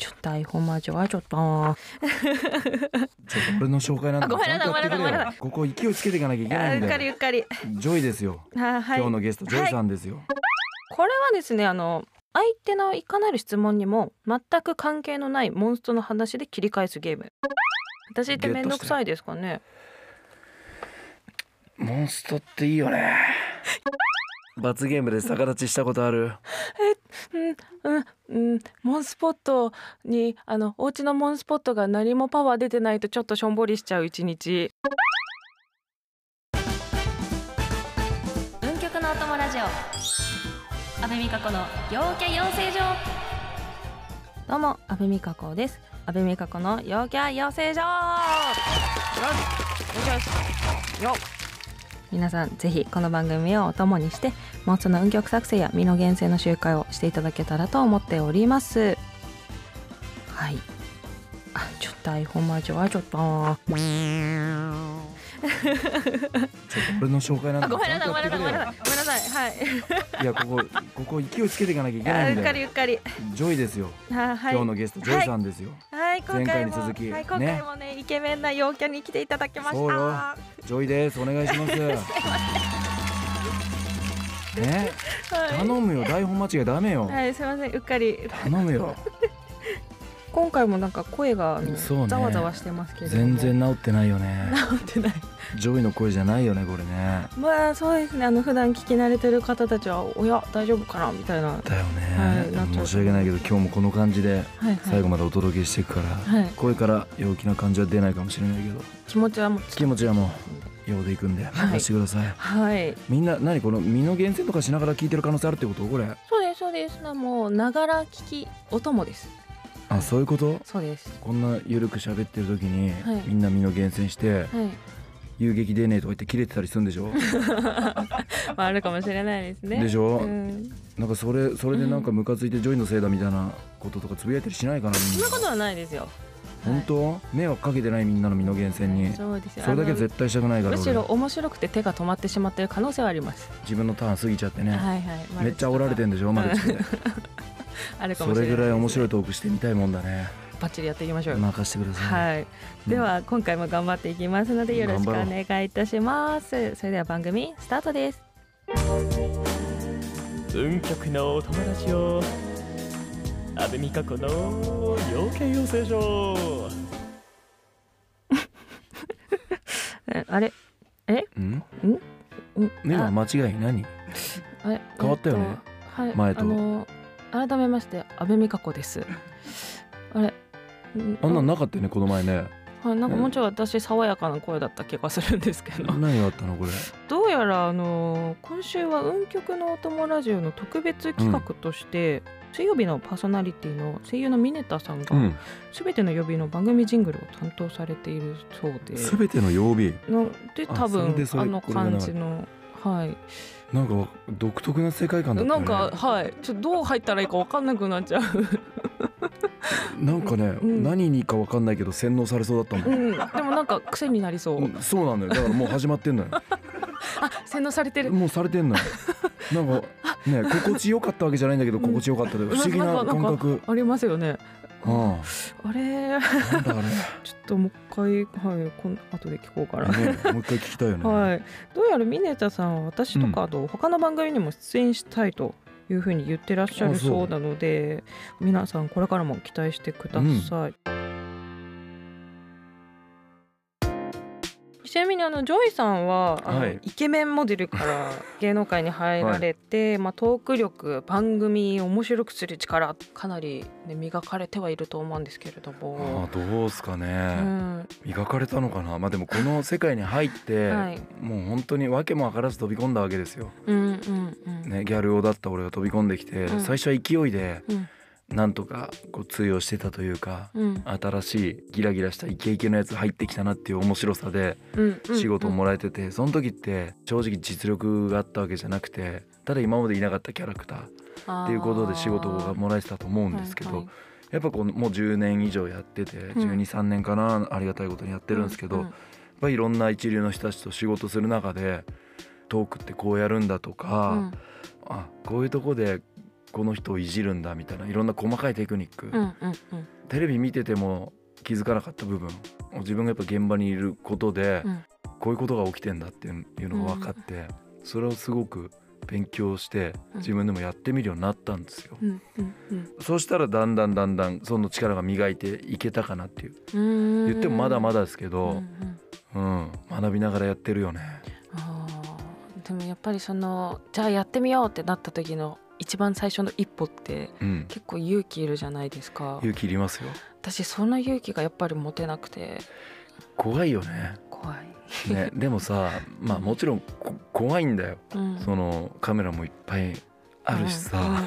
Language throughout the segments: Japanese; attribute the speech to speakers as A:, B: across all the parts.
A: ちょっとアイホンマジョはちょっとな
B: ちょっと俺の紹介なんだ
A: あごめんなさい
B: ちゃとやってくれよ
A: ごめんなさ
B: ここ勢いつけていかなきゃいけ
A: あ
B: な
A: う
B: いん
A: っかり
B: で
A: うっかり
B: ジョイですよ
A: あはい
B: 今日のゲストジョイさんですよ
A: これはですねあの相手のいかなる質問にも全く関係のないモンストの話で切り返すゲーム私って面倒くさいですかね
B: モンストっていいよね罰ゲームで逆立ちしたことある
A: うんうんモンスポットにあのお家のモンスポットが何もパワー出てないとちょっとしょんぼりしちゃう一日
C: 文曲のお供ラジオ阿部美加子の陽キャ養成所
A: どうも阿部美加子です阿部美加子の陽キャ養成所よしよしよしよ皆さんぜひこの番組をお供にしてモンストの運極作成や身の厳正の集会をしていただけたらと思っておりますはいあちょっと iPhone マジはちょっとな
B: ちょっと俺の紹介なんだ
A: あごめんなさい
B: ち
A: ご
B: ゃ
A: めん
B: とや
A: な
B: って
A: さいご
B: く
A: めんなさいごめんなさいはい
B: れよいやここここ勢いつけていかなきゃいけ
A: あ
B: な
A: う
B: いん
A: っか
B: で
A: りうっかり
B: ジョイですよ
A: あはい
B: 今日のゲストジョイさんですよ
A: はい今
B: 前回
A: 回
B: に
A: も
B: 続き
A: はい
B: ね
A: 今回もねイケメンな陽キャに来ていただきました
B: そうよジョイですお願いし ますね
A: はい
B: 頼むよ台本間違いダメよ
A: はいすいませんうっかり
B: 頼むよ
A: 今回もなんか声があの
B: そうね
A: ざわざわしてますけれども
B: 全然治ってないよね
A: 治ってない
B: ジョイの声じゃないよねこれね
A: まあそうですねあの普段聞き慣れてる方たちはおや大丈夫かなみたいなは
B: だよ
A: はい
B: ね、
A: なっちゃう
B: 申し訳ないけど今日もこの感じで
A: いはい
B: 最後までお届けしていくから、
A: はい
B: 声から陽気な感じは出ないかもしれないけど
A: 気持ちはもう
B: 気持ちはもう陽でいくんで
A: い
B: 任してください、
A: はい
B: みんな何この身の厳選とかしながら聞いてる可能性あるってことこれ
A: そうですそうですなもうながら聞きお供です
B: あそういうこと
A: そうです
B: こんなゆるく喋ってる時に、
A: はい
B: みんな身の厳選し
A: は
B: て
A: い、
B: 遊撃出ねえとか言って切れてたりするんでしょ、
A: まあ、あるかもしれないです ね
B: でしょ、
A: うん、
B: なんかそれそれでなんかムカついてジョイのせいだみたいなこととかつぶやいたりしないかなみん
A: そん
B: な
A: なことはないですよ
B: 本当、迷惑かけてないみんなの身の厳選に、
A: そうですよ
B: それだけは絶対したくない
A: あ
B: か
A: の
B: ら
A: むしろ
B: 俺
A: 面白くて手が止まってしまってる可能性はあります、
B: 自分のターン過ぎちゃってね、
A: はいはい
B: めっちゃ煽られて
A: る
B: んでしょマル チで
A: あるか
B: そ
A: もしれない
B: れ
A: です
B: ぐらい面白いトークしてみたいもんだね
A: バッチリやっていきましょうよ
B: 任してください、
A: はい、では今回も頑張っていきますのでよろしくお願いいたしますそれでは番組スタートです
D: 運極のお友達よ阿部美加子の養鶏養成所
A: えあれ
B: うん
A: うん
B: 今
A: あ
B: 間違い何
A: あれ
B: 変わったよね
A: えっとはい、
B: 前と
A: あの改めまして阿部美加子 ですあれうん
B: あんなのなかったよねこの前ね
A: はい、なんかもうちょい私爽やかな声だった気がするんですけど
B: 何があったのこれ
A: どうやらあの今週は「運極のお供ラジオ」の特別企画として、水曜日のパーソナリティの声優のミネタさんが、
B: うん
A: すべての曜日の番組ジングルを担当されているそうで
B: 全ての曜日
A: ので
B: あ
A: 多
B: それ
A: 分
B: でそ
A: あ
B: れ
A: の
B: これがな
A: 感じのはい
B: なんか独特な世界観だった
A: な
B: よ
A: ん
B: ね
A: かはいちょっとどう入ったらいいか分かんなくなっちゃう
B: なんかね、
A: うん
B: 何にかわかんないけど洗脳されそうだった
A: う
B: もん、
A: んでもなんか癖になりそう、
B: うんそうなんだよだからもう始まってんの よ
A: あ洗脳されてる
B: もうされてんのよな んかね心地よかったわけじゃないんだけど
A: うん
B: 心地よかったというか不思議な
A: なんかなん
B: 感
A: か
B: 覚
A: ありますよね
B: うん
A: あれ
B: なんだあれ
A: ちょっともう一回はいこの後で聞こうかな
B: ね、もう一回聞きたいよね。
A: はい、どうやらミネタさんは私とかあと、他の番組にも出演したいというふうに言ってらっしゃる
B: あそう
A: そうなので皆さんこれからも期待してください。ちなみにあのジョイさんは、あの
B: はい
A: イケメンモデルから芸能界に入られて、まあ、トーク力番組面白くする力かなり、ね、磨かれてはいると思うんですけれど
B: あ
A: も、
B: あどうすか
A: う
B: ね、
A: ん、
B: 磨かれたのかなまあでもこの世界に入って、
A: はい
B: もう本当に訳も分からず飛び込んだわけですよ、
A: うんうんうん、
B: ね、ギャル男だった俺が飛び込んできて、
A: うん
B: 最初は勢いで
A: うん
B: なんとかこう通用してたというか、
A: うん
B: 新しいギラギラしたイケイケのやつ入ってきたなっていう面白さで
A: うんうん、
B: 仕事をもらえてて、その時って正直実力があったわけじゃなくてただ今までいなかったキャラクターっていうことで仕事がもらえてたと思うんですけど、
A: はいはい
B: やっぱこうもう10年以上やってて1 2 3年かなありがたいことにやってるんですけど、
A: うう
B: やっぱりいろんな一流の人たちと仕事する中でトークってこうやるんだとか、
A: うん
B: あこういうとこでこの人をいじるんだみたいないろんな細かいテクニック、
A: うんうんうん
B: テレビ見てても気づかなかった部分自分がやっぱ現場にいることで、
A: うん
B: こういうことが起きてんだっていうのが分かって、それをすごく勉強して
A: うん
B: 自分でもやってみるようになったんですよ、
A: うんうんうん
B: そうしたらだんだんだんだんその力が磨いていけたかなっていう
A: うん
B: 言ってもまだまだですけ
A: うんう
B: ど、
A: ん
B: うん、学びながらやってるよね
A: あーでもやっぱりそのじゃあやってみようってなった時の一番最初の一歩って
B: うん
A: 結構勇気いるじゃないですか
B: 勇気いりますよ
A: 私その勇気がやっぱり持てなくて
B: 怖いよね
A: 怖い、
B: ねでもさまあもちろんこ怖いんだよ
A: うん
B: そのカメラもいっぱいあるしさ、
A: うんうん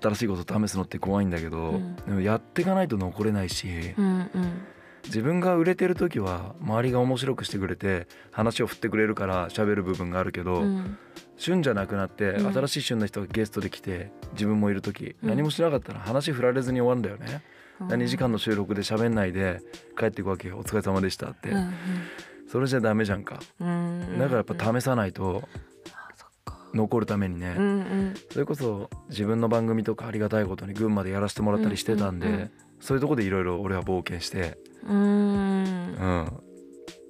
B: 新しいこと試すのって怖いんだけど、
A: うん
B: でもやっていかないと残れないし
A: うんうんうん
B: 自分が売れてる時は周りが面白くしてくれて話を振ってくれるから喋る部分があるけど、
A: うん
B: 旬じゃなくなって、
A: うん
B: 新しい旬な人がゲストで来て自分もいる時、
A: うん
B: 何もしなかったら話振られずに終わるんだよね。
A: うん
B: 2時間の収録で喋んないで帰っていくわけよお疲れ様でしたって、
A: うん
B: それじゃダメじゃんか。
A: うんうん
B: だからやっ
A: うん
B: ぱ試さないと
A: あそっか
B: 残るためにね、
A: うんうん
B: それこそ自分の番組とかありがたいことに群馬でやらせてもらったりしてたんで、
A: うんうんうん
B: そういうとこでいろいろ俺は冒険して、
A: うーん
B: うん、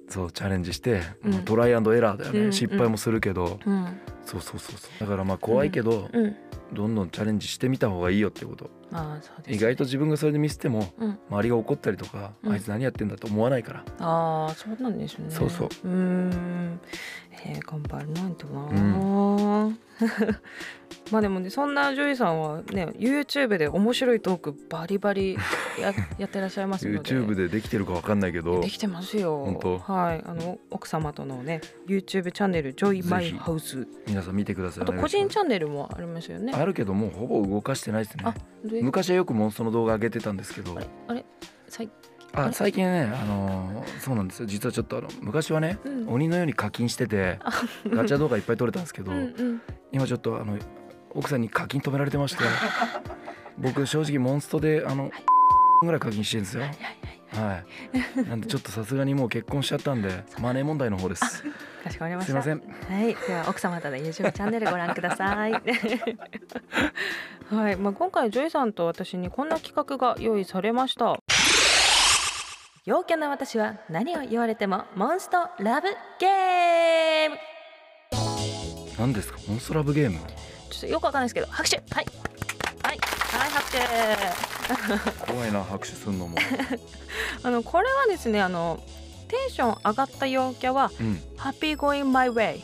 B: そうチャレンジして、
A: うん
B: まあトライアンドエラーだよね、
A: うんうん
B: 失敗もするけど
A: うん
B: そうそうそうそうだからまあ怖いけど、
A: うん
B: どんどんチャレンジしてみた方がいいよってこと、
A: まあそうですね
B: 意外と自分がそれでミスっても
A: うん
B: 周りが怒ったりとか、
A: うん
B: あいつ何やってんだと思わないから、
A: ああそうなんですね
B: そうそう
A: うーんえー、頑張らないとな、 まあでもねそんなジョイさんはね YouTube で面白いトークバリバリ ややってらっしゃいますので
B: YouTube でできてるか分かんないけど
A: できてますよ
B: 本当
A: はいあの奥様とのね YouTube チャンネル「ジョイマイハウス
B: 皆さん見てくだ」さい
A: あと
B: お願
A: 個
B: いし
A: 人
B: ます
A: チャンネルもありますよね
B: あるけどもうほぼ動かしてないですね
A: あで
B: 昔はよくモンストの動画上げてたんですけど
A: あれあれ最近あ
B: あ
A: れ
B: 最近ね、あのーそうなんですよ実はちょっとあの昔はね
A: うん
B: 鬼のように課金しててガチャ動画いっぱい撮れたんですけど、
A: うんうん
B: 今ちょっとあの奥さんに課金止められてまして 僕正直モンストであの、ぐらい課金してるんですよ。はい、なんでちょっとさすがにもう結婚しちゃった んでマネー問題の方です。
A: かしこまりまし
B: すい
A: た
B: ません。
A: はい、では奥様との YouTube チャンネルご覧くださ い。はい、まあ今回ジョイさんと私にこんな企画が用意されました。陽キャな私は何を言われてもモンストラブゲーム。
B: 何ですかモンストラブゲーム。
A: ちょっとよくわかんないですけど拍手はいはいはい拍手。
B: 怖いな拍手すん のも。
A: あのこれはですねあのテンション上がった陽キャは
B: うん。
A: ハッピーゴインマイウェイ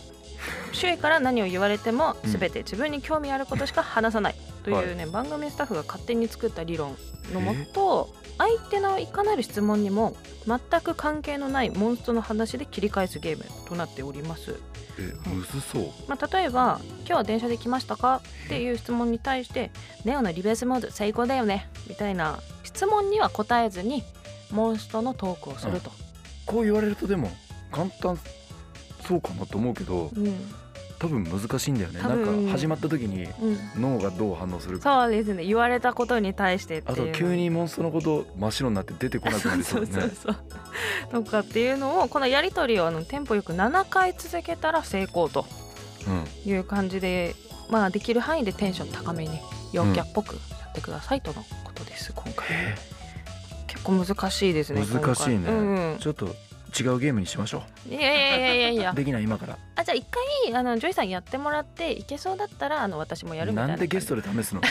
A: 周囲から何を言われても全て自分に興味あることしか話さないというね、番組スタッフが勝手に作った理論のもと相手のいかなる質問にも全く関係のないモンストの話で切り返すゲームとなっております、
B: えむずそう。
A: まあ、例えば「今日は電車で来ましたか?」っていう質問に対して「ネオのリベースモード最高だよね」みたいな質問には答えずにモンストのトークをすると。
B: こう言われるとでも簡単そうかなと思うけど
A: うん
B: 多分難しいんだよね。
A: 多
B: な
A: 分
B: んか始まった時に
A: うん
B: 脳がどう反応するか。
A: そうですね言われたことに対してってい
B: あ
A: うの
B: と急にモンストのこと真っ白になって出てこなくなりそ
A: そうう
B: で
A: そう
B: すね。
A: そうとかっていうのをこのやり取りをあのテンポよく7回続けたら成功という感じで、まあ、できる範囲でテンション高めに陽キャっぽくやってくださいとのことです、今回結構難しいですね今回
B: 難しいね
A: うん
B: うん、ちょっと違うゲームにしましょ。
A: いやいやいやいやいう や
B: できない今から。
A: あじゃあ一回あのジョイさんやってもらっていけそうだったらあの私もやるみたい
B: な
A: なん
B: でゲストで試 すの？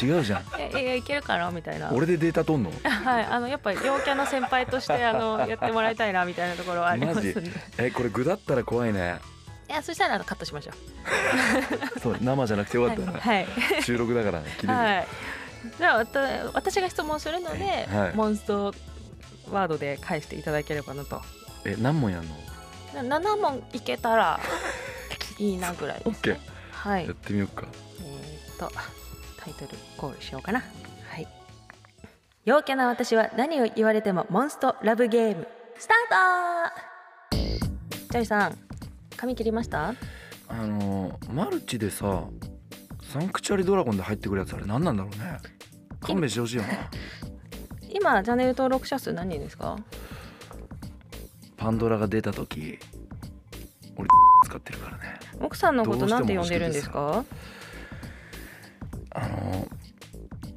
B: 違うじゃん。
A: いやいやいけるかなみたいな
B: 俺でデータ取 んの？
A: はいあのやっぱり陽キャの先輩としてあのやってもらいたいなみたいなところはありますね
B: マえこれ具だったら怖いね。
A: いやそしたらあのカットしましょ
B: そう生じゃなくて
A: う。
B: よか
A: は
B: っ
A: い、
B: たな。
A: はい、
B: 収録だからね。切れる
A: はい。じゃあわた私が質問するので、
B: はい
A: モンストワードで返していただければなと。
B: え何問やんの？
A: じゃあ七問いけた らいいなぐらいです、ね。はい。え
B: やってみよう
A: ー
B: か。
A: っとタイトルコールしようかな。はい。陽キャな私は何を言われてもモンストラブゲームスタート。ジョイさん、髪切りました？
B: あのーマルチでさサンクチュアリドラゴンで入ってくるやつあれ何なんだろうね勘弁してほしいよな
A: 今チャンネル登録者数何人ですか？
B: パンドラが出た時俺 使ってるからね
A: 奥さんのこと
B: どうして
A: な
B: も
A: んて呼んでるんですか？
B: あの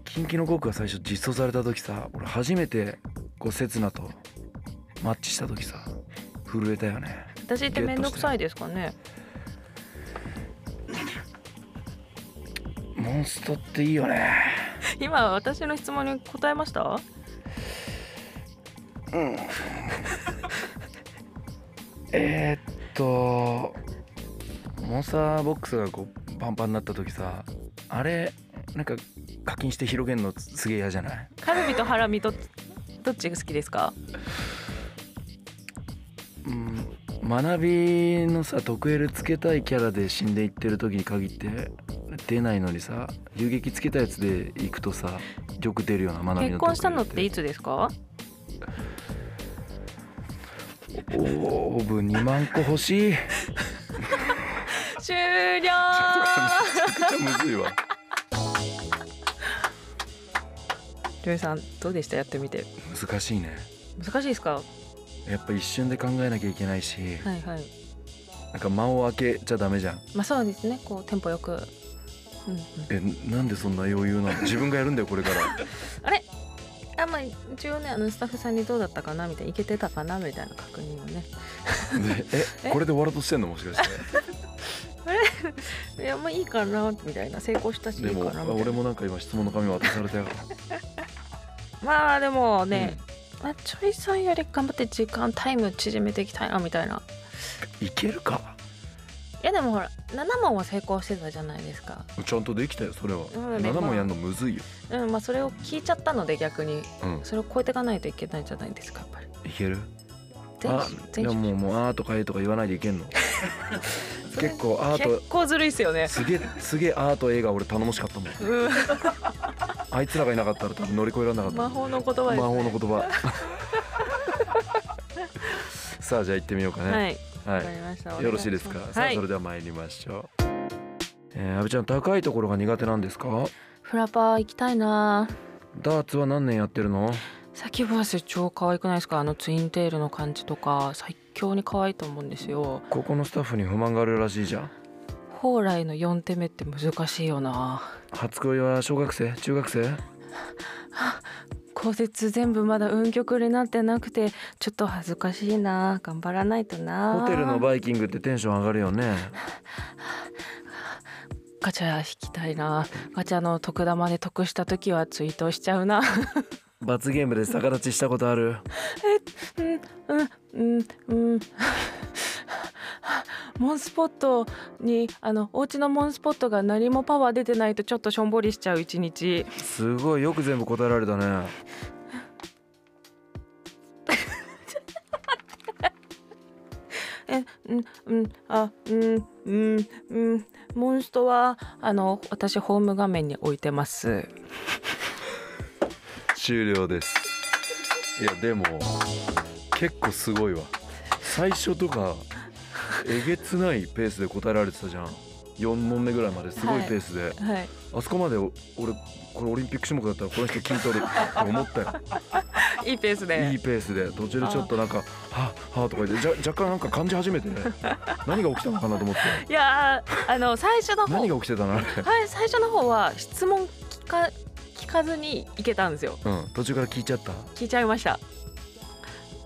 B: キンキの僕が最初実装された時さ俺初めてこう刹那とマッチした時さ震えたよね
A: 私って面倒くさいですかね
B: モンストっていいよね
A: 今私の質問に答えました
B: えー、っとモンスターボックスがこうパンパンになった時さあれなんか課金して広げるのすげえ嫌じゃない
A: カルビとハラミとどっちが好きですか
B: うん学びのさ特エルつけたいキャラで死んでいってる時に限って出ないのにさ遊撃つけたやつで行くとさよく出るような学び
A: 結
B: の
A: 婚したのってい
B: つ
A: つですか
B: オーブ2万個欲しいめち
A: 終 了
B: ゃくちゃむずいわ
A: ジョイさんどうでしたやってみて
B: 難しいね
A: 難しいですか
B: やっぱ一瞬で考えなきゃいけないし、
A: はいはい
B: なんか間を空けちゃダメじゃん
A: まあそうですねこうテンポよく、うんうん、
B: えなんでそんな余裕なの自分がやるんだよこれから
A: あれあまあ一応ねあのスタッフさんにどうだったかなみたいないけてたかなみたいな確認をね
B: でえ
A: え
B: これで終わろうとしてんのもしかして
A: いやまあいいかなみたいな成功したしいい
B: で
A: かな
B: も
A: みた
B: あ
A: いな
B: 俺もなんか今質問の紙渡されたよ
A: まあでもね、まあ、ちょいさんより頑張って時間タイム縮めていきたいなみたいない
B: けるか
A: いやでもほら7問は成功してたじゃないですか
B: ちゃんとできたよそれは、
A: うん
B: 7
A: まあ
B: 問やんのむずいよ、
A: うんまあそれを聞いちゃったので逆に
B: うん、
A: それを超えていかないといけないじゃないですかやっぱり
B: いける
A: 全
B: あ
A: 否
B: で
A: 全否
B: ももうもうあーとかえーとか言わないでいけんの
A: それ
B: 結構あーと
A: 結構ずるいっすよね
B: すげえすげえアート映画俺頼もしかったもん
A: うん
B: あいつらがいなかったら多分乗り越えられなかった
A: 魔法の言葉です、ね、
B: 魔法の言葉 さあじゃあ行ってみようかね
A: はい
B: は
A: わかりました
B: よろしいですか、
A: お願します
B: さ
A: は
B: あ
A: い
B: それでは参りましょうえー、阿部ちゃん高いところが苦手なんですか
A: フラパー行きたいな
B: ダーツは何年やってるの
A: サキブラシ超可愛くないですかあのツインテールの感じとか最強に可愛いと思うんですよ
B: ここのスタッフに不満があるらしいじゃん
A: 宝来の4手目って難しいよな
B: 初恋は小学生中学生
A: 口説全部まだ運極になってなくてちょっと恥ずかしいな頑張らないとな
B: ホテルのバイキングってテンション上がるよね
A: ガチャ引きたいなガチャの得玉で得した時はツイートしちゃうな
B: 罰ゲームで逆立ちしたことある
A: うんうんうんうんモンスポットにあのお家のモンスポットが何もパワー出てないとちょっとしょんぼりしちゃう一日
B: すごいよく全部答えられたね
A: えうんうんあうんうんうんモンストはあの私ホーム画面に置いてます
B: 終了ですいやでも結構すごいわ最初とかえげつないペースで答えられてたじゃん4問目ぐらいまですごい
A: はい
B: ペースで、
A: はい
B: あそこまでお俺これオリンピック種目だったらこの人筋トレ って思っ たよ
A: いいペース
B: いいペースで途中でちょっとなんか「はあはあ」とか言ってじゃ若干なんか感じ始めてね 何が起きたのか なと思って
A: いやーあの最初の方
B: 何が起きてた のあれ、
A: はい最初の方は質問聞か聞かずにいけたんですよ
B: うん、途中から聞いちゃった
A: 聞いちゃいました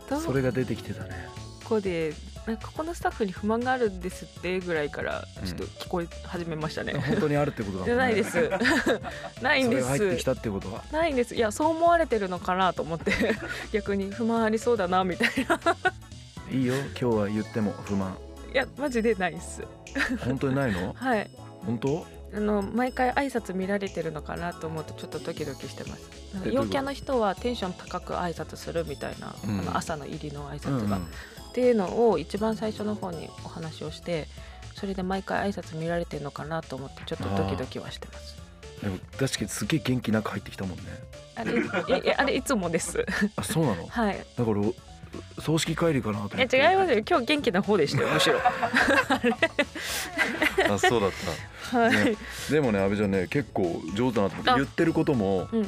A: ど
B: それが出てきてたね
A: こでなんかここのスタッフに不満があるんですってぐらいからちょっと聞こえ始めましたね、
B: 本当にあるってことだもん
A: じ
B: ね
A: ゃないです ないん
B: そ
A: で
B: れが入って
A: す
B: きたってことは
A: ないんですいやそう思われてるのかなと思って 逆に不満ありそうだなみたいない
B: いよ今日は言っても不満
A: やマジでないっす
B: 本当にないの
A: はい
B: 本当
A: あの毎回挨拶見られてるのかなと思うとちょっとドキドキしてますなんか
B: えどうい
A: 陽
B: うこと
A: キャの人はテンション高く挨拶するみたいな、
B: うん
A: あの朝の入りの挨
B: うんう
A: 拶
B: ん
A: が、っていうのを一番最初の方にお話をしてそれで毎回挨拶見られてるのかなと思ってちょっとドキドキはしてます
B: でも確かにすげえ元気なく入ってきたもんね
A: あれい いやあれいつもです
B: あそうなのだか
A: はい
B: らお葬式帰りかなと
A: い
B: 思って
A: や違いますよ今日元気な方でしたよむしろ
B: あそうだっ
A: はい、
B: ねたでもね阿部ちゃんね結構上手だなと思って
A: あ
B: 言ってることも
A: うん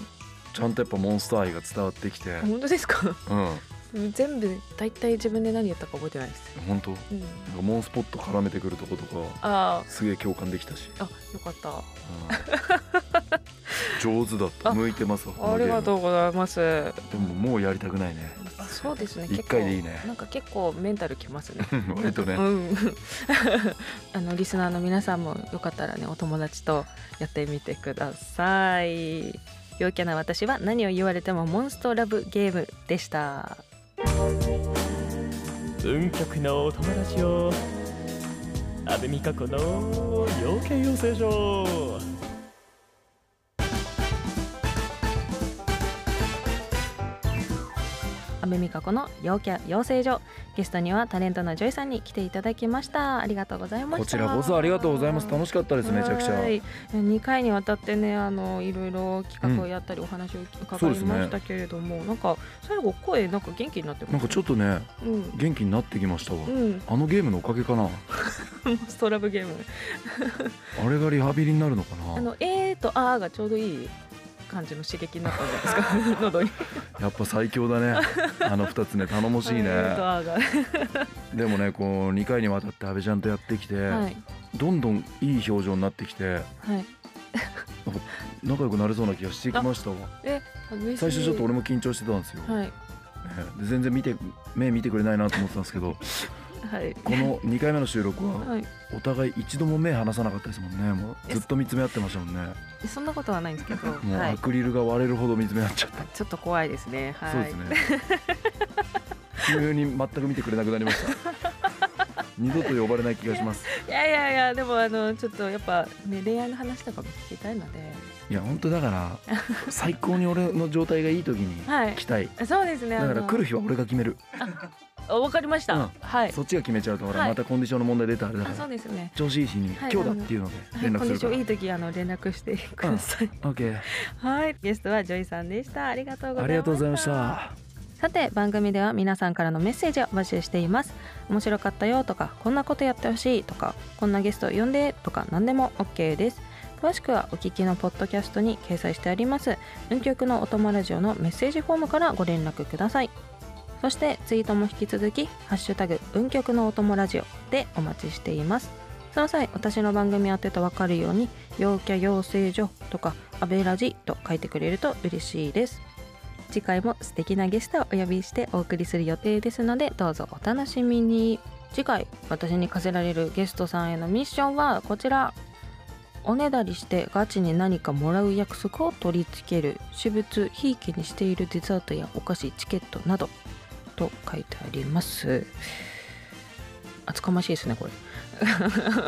B: ちゃんとやっぱモンスター愛が伝わってきて
A: 本当ですか
B: うん
E: 全部大体自分で何言ったか覚えてないです、
B: 本当な
E: うん、
B: んかモンスポット絡めてくるとことか
E: あ
B: すげえ共感できたし、
E: ああよかった
B: うん上手だった
E: あ
B: 向いてますわこの
E: あ
B: ゲ
E: り
B: ーム
E: がとうございます
B: でももうやりたくないね
E: そうですね
B: 一回でいいね
E: なんか結構メンタルきますね
B: 割とね、
E: うん あのリスナーの皆さんもよかったらねお友達とやってみてください
A: 陽キャな私は何を言われてもモンストラブゲームでした
F: 運極のお友達よ安部美加子の養鶏養成所
A: アメミカ子の陽キャ養成所ゲストにはタレントのジョイさんに来ていただきましたありがとうございました
G: こちらこそありがとうございます楽しかったですめちゃくちゃ
A: はい2回にわたってねあのいろいろ企画をやったりお話を伺いましたけれども、なんか最後声なんか元気になって
B: な
A: ま
B: ん
A: す
B: かちょっとね
A: うん
B: 元気になってきましたわ、
A: うん、
B: あのゲームのおかげかな
A: モンストラブゲーム
B: あれがリハビリになるのか
A: あ
B: な
A: のえーとあーがちょうどいい感じの刺激になったんじゃないです か喉に
B: やっぱ最強 だねあの2つね頼もしいね、
A: えーとあーが
B: でもねこう2回にわたって阿部ちゃんとやってきて、
A: はい
B: どんどんいい表情になってきて
A: はい
B: 仲良くなれそうな気がしてきましたわ最初ちょっと俺も緊張してたんですよ、
A: はい
B: ねで全然見て目見てくれないなと思ってたんですけど
A: はい
B: この2回目の収録は
A: はい
B: お互い一度も目離さなかったですもんねもうずっと見つめ合ってましたもんね
A: そんなことはないんですけど
B: もう
A: は
B: ア
A: い
B: クリルが割れるほど見つめ合っちゃった、
A: ちょっと怖いですねはい
B: そうですね 急に全く見てくれなくなりました 二度と呼ばれない気がします
A: いやいやいやでもあのちょっとやっぱね恋愛の話とかも聞きたいので
B: いや本当 だから最高に俺の状態がいい時に
A: はい
B: 来たい、
A: そうですね
B: だから来る日は俺が決める、
A: あわかりました、
B: うん
A: はい
B: そっちが決めちゃうとほら
A: はい
B: またコンディションの問題出たあれだか
A: あそ
B: ら
A: うですね
B: 調子いい日に
A: はい
B: 今日だっていうので連
A: はいコ
B: 絡
A: ン
B: す
A: ディシ
B: るか
A: ョ
B: ら、
A: ンいい時あの連絡してください、
B: オッケ
A: はいゲストはジョイさんでしたありがとうございました
B: ーありがとうございました
A: さて番組では皆さんからのメッセージを募集しています面白かったよとかこんなことやってほしいとかこんなゲストを呼んでとか何でも OK です詳しくはお聞きのポッドキャストに掲載してあります運極のお供ラジオのメッセージフォームからご連絡くださいそしてツイートも引き続き「ハッシュタグ運極のお供ラジオ」でお待ちしていますその際私の番組宛てと分かるように「陽キャ養成所」とか「アベラジ」と書いてくれると嬉しいです次回も素敵なゲストをお呼びしてお送りする予定ですのでどうぞお楽しみに次回私に課せられるゲストさんへのミッションはこちらおねだりしてガチに何かもらう約束を取り付ける私物ひいきにしているデザートやお菓子チケットなどと書いてあります厚かましいですねこれ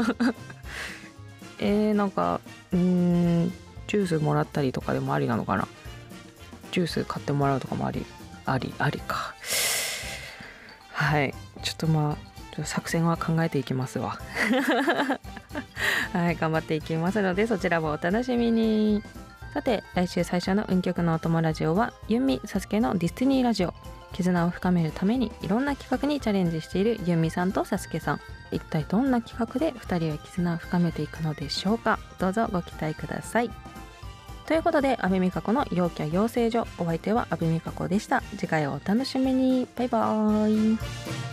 A: えー、なんかうーんジュースもらったりとかでもありなのかなジュース買ってもらうとかもありありありかはいちょっとまあちょっと作戦は考えていきますわ はい頑張っていきますのでそちらもお楽しみにさて来週最初の運極のお供ラジオはユンミサスケのディスティニーラジオ絆を深めるためにいろんな企画にチャレンジしているユンミさんとサスケさん一体どんな企画で2人は絆を深めていくのでしょうかどうぞご期待くださいということで阿部美香子の陽キャ養成所お相手は阿部美香子でした次回をお楽しみにバイバーイ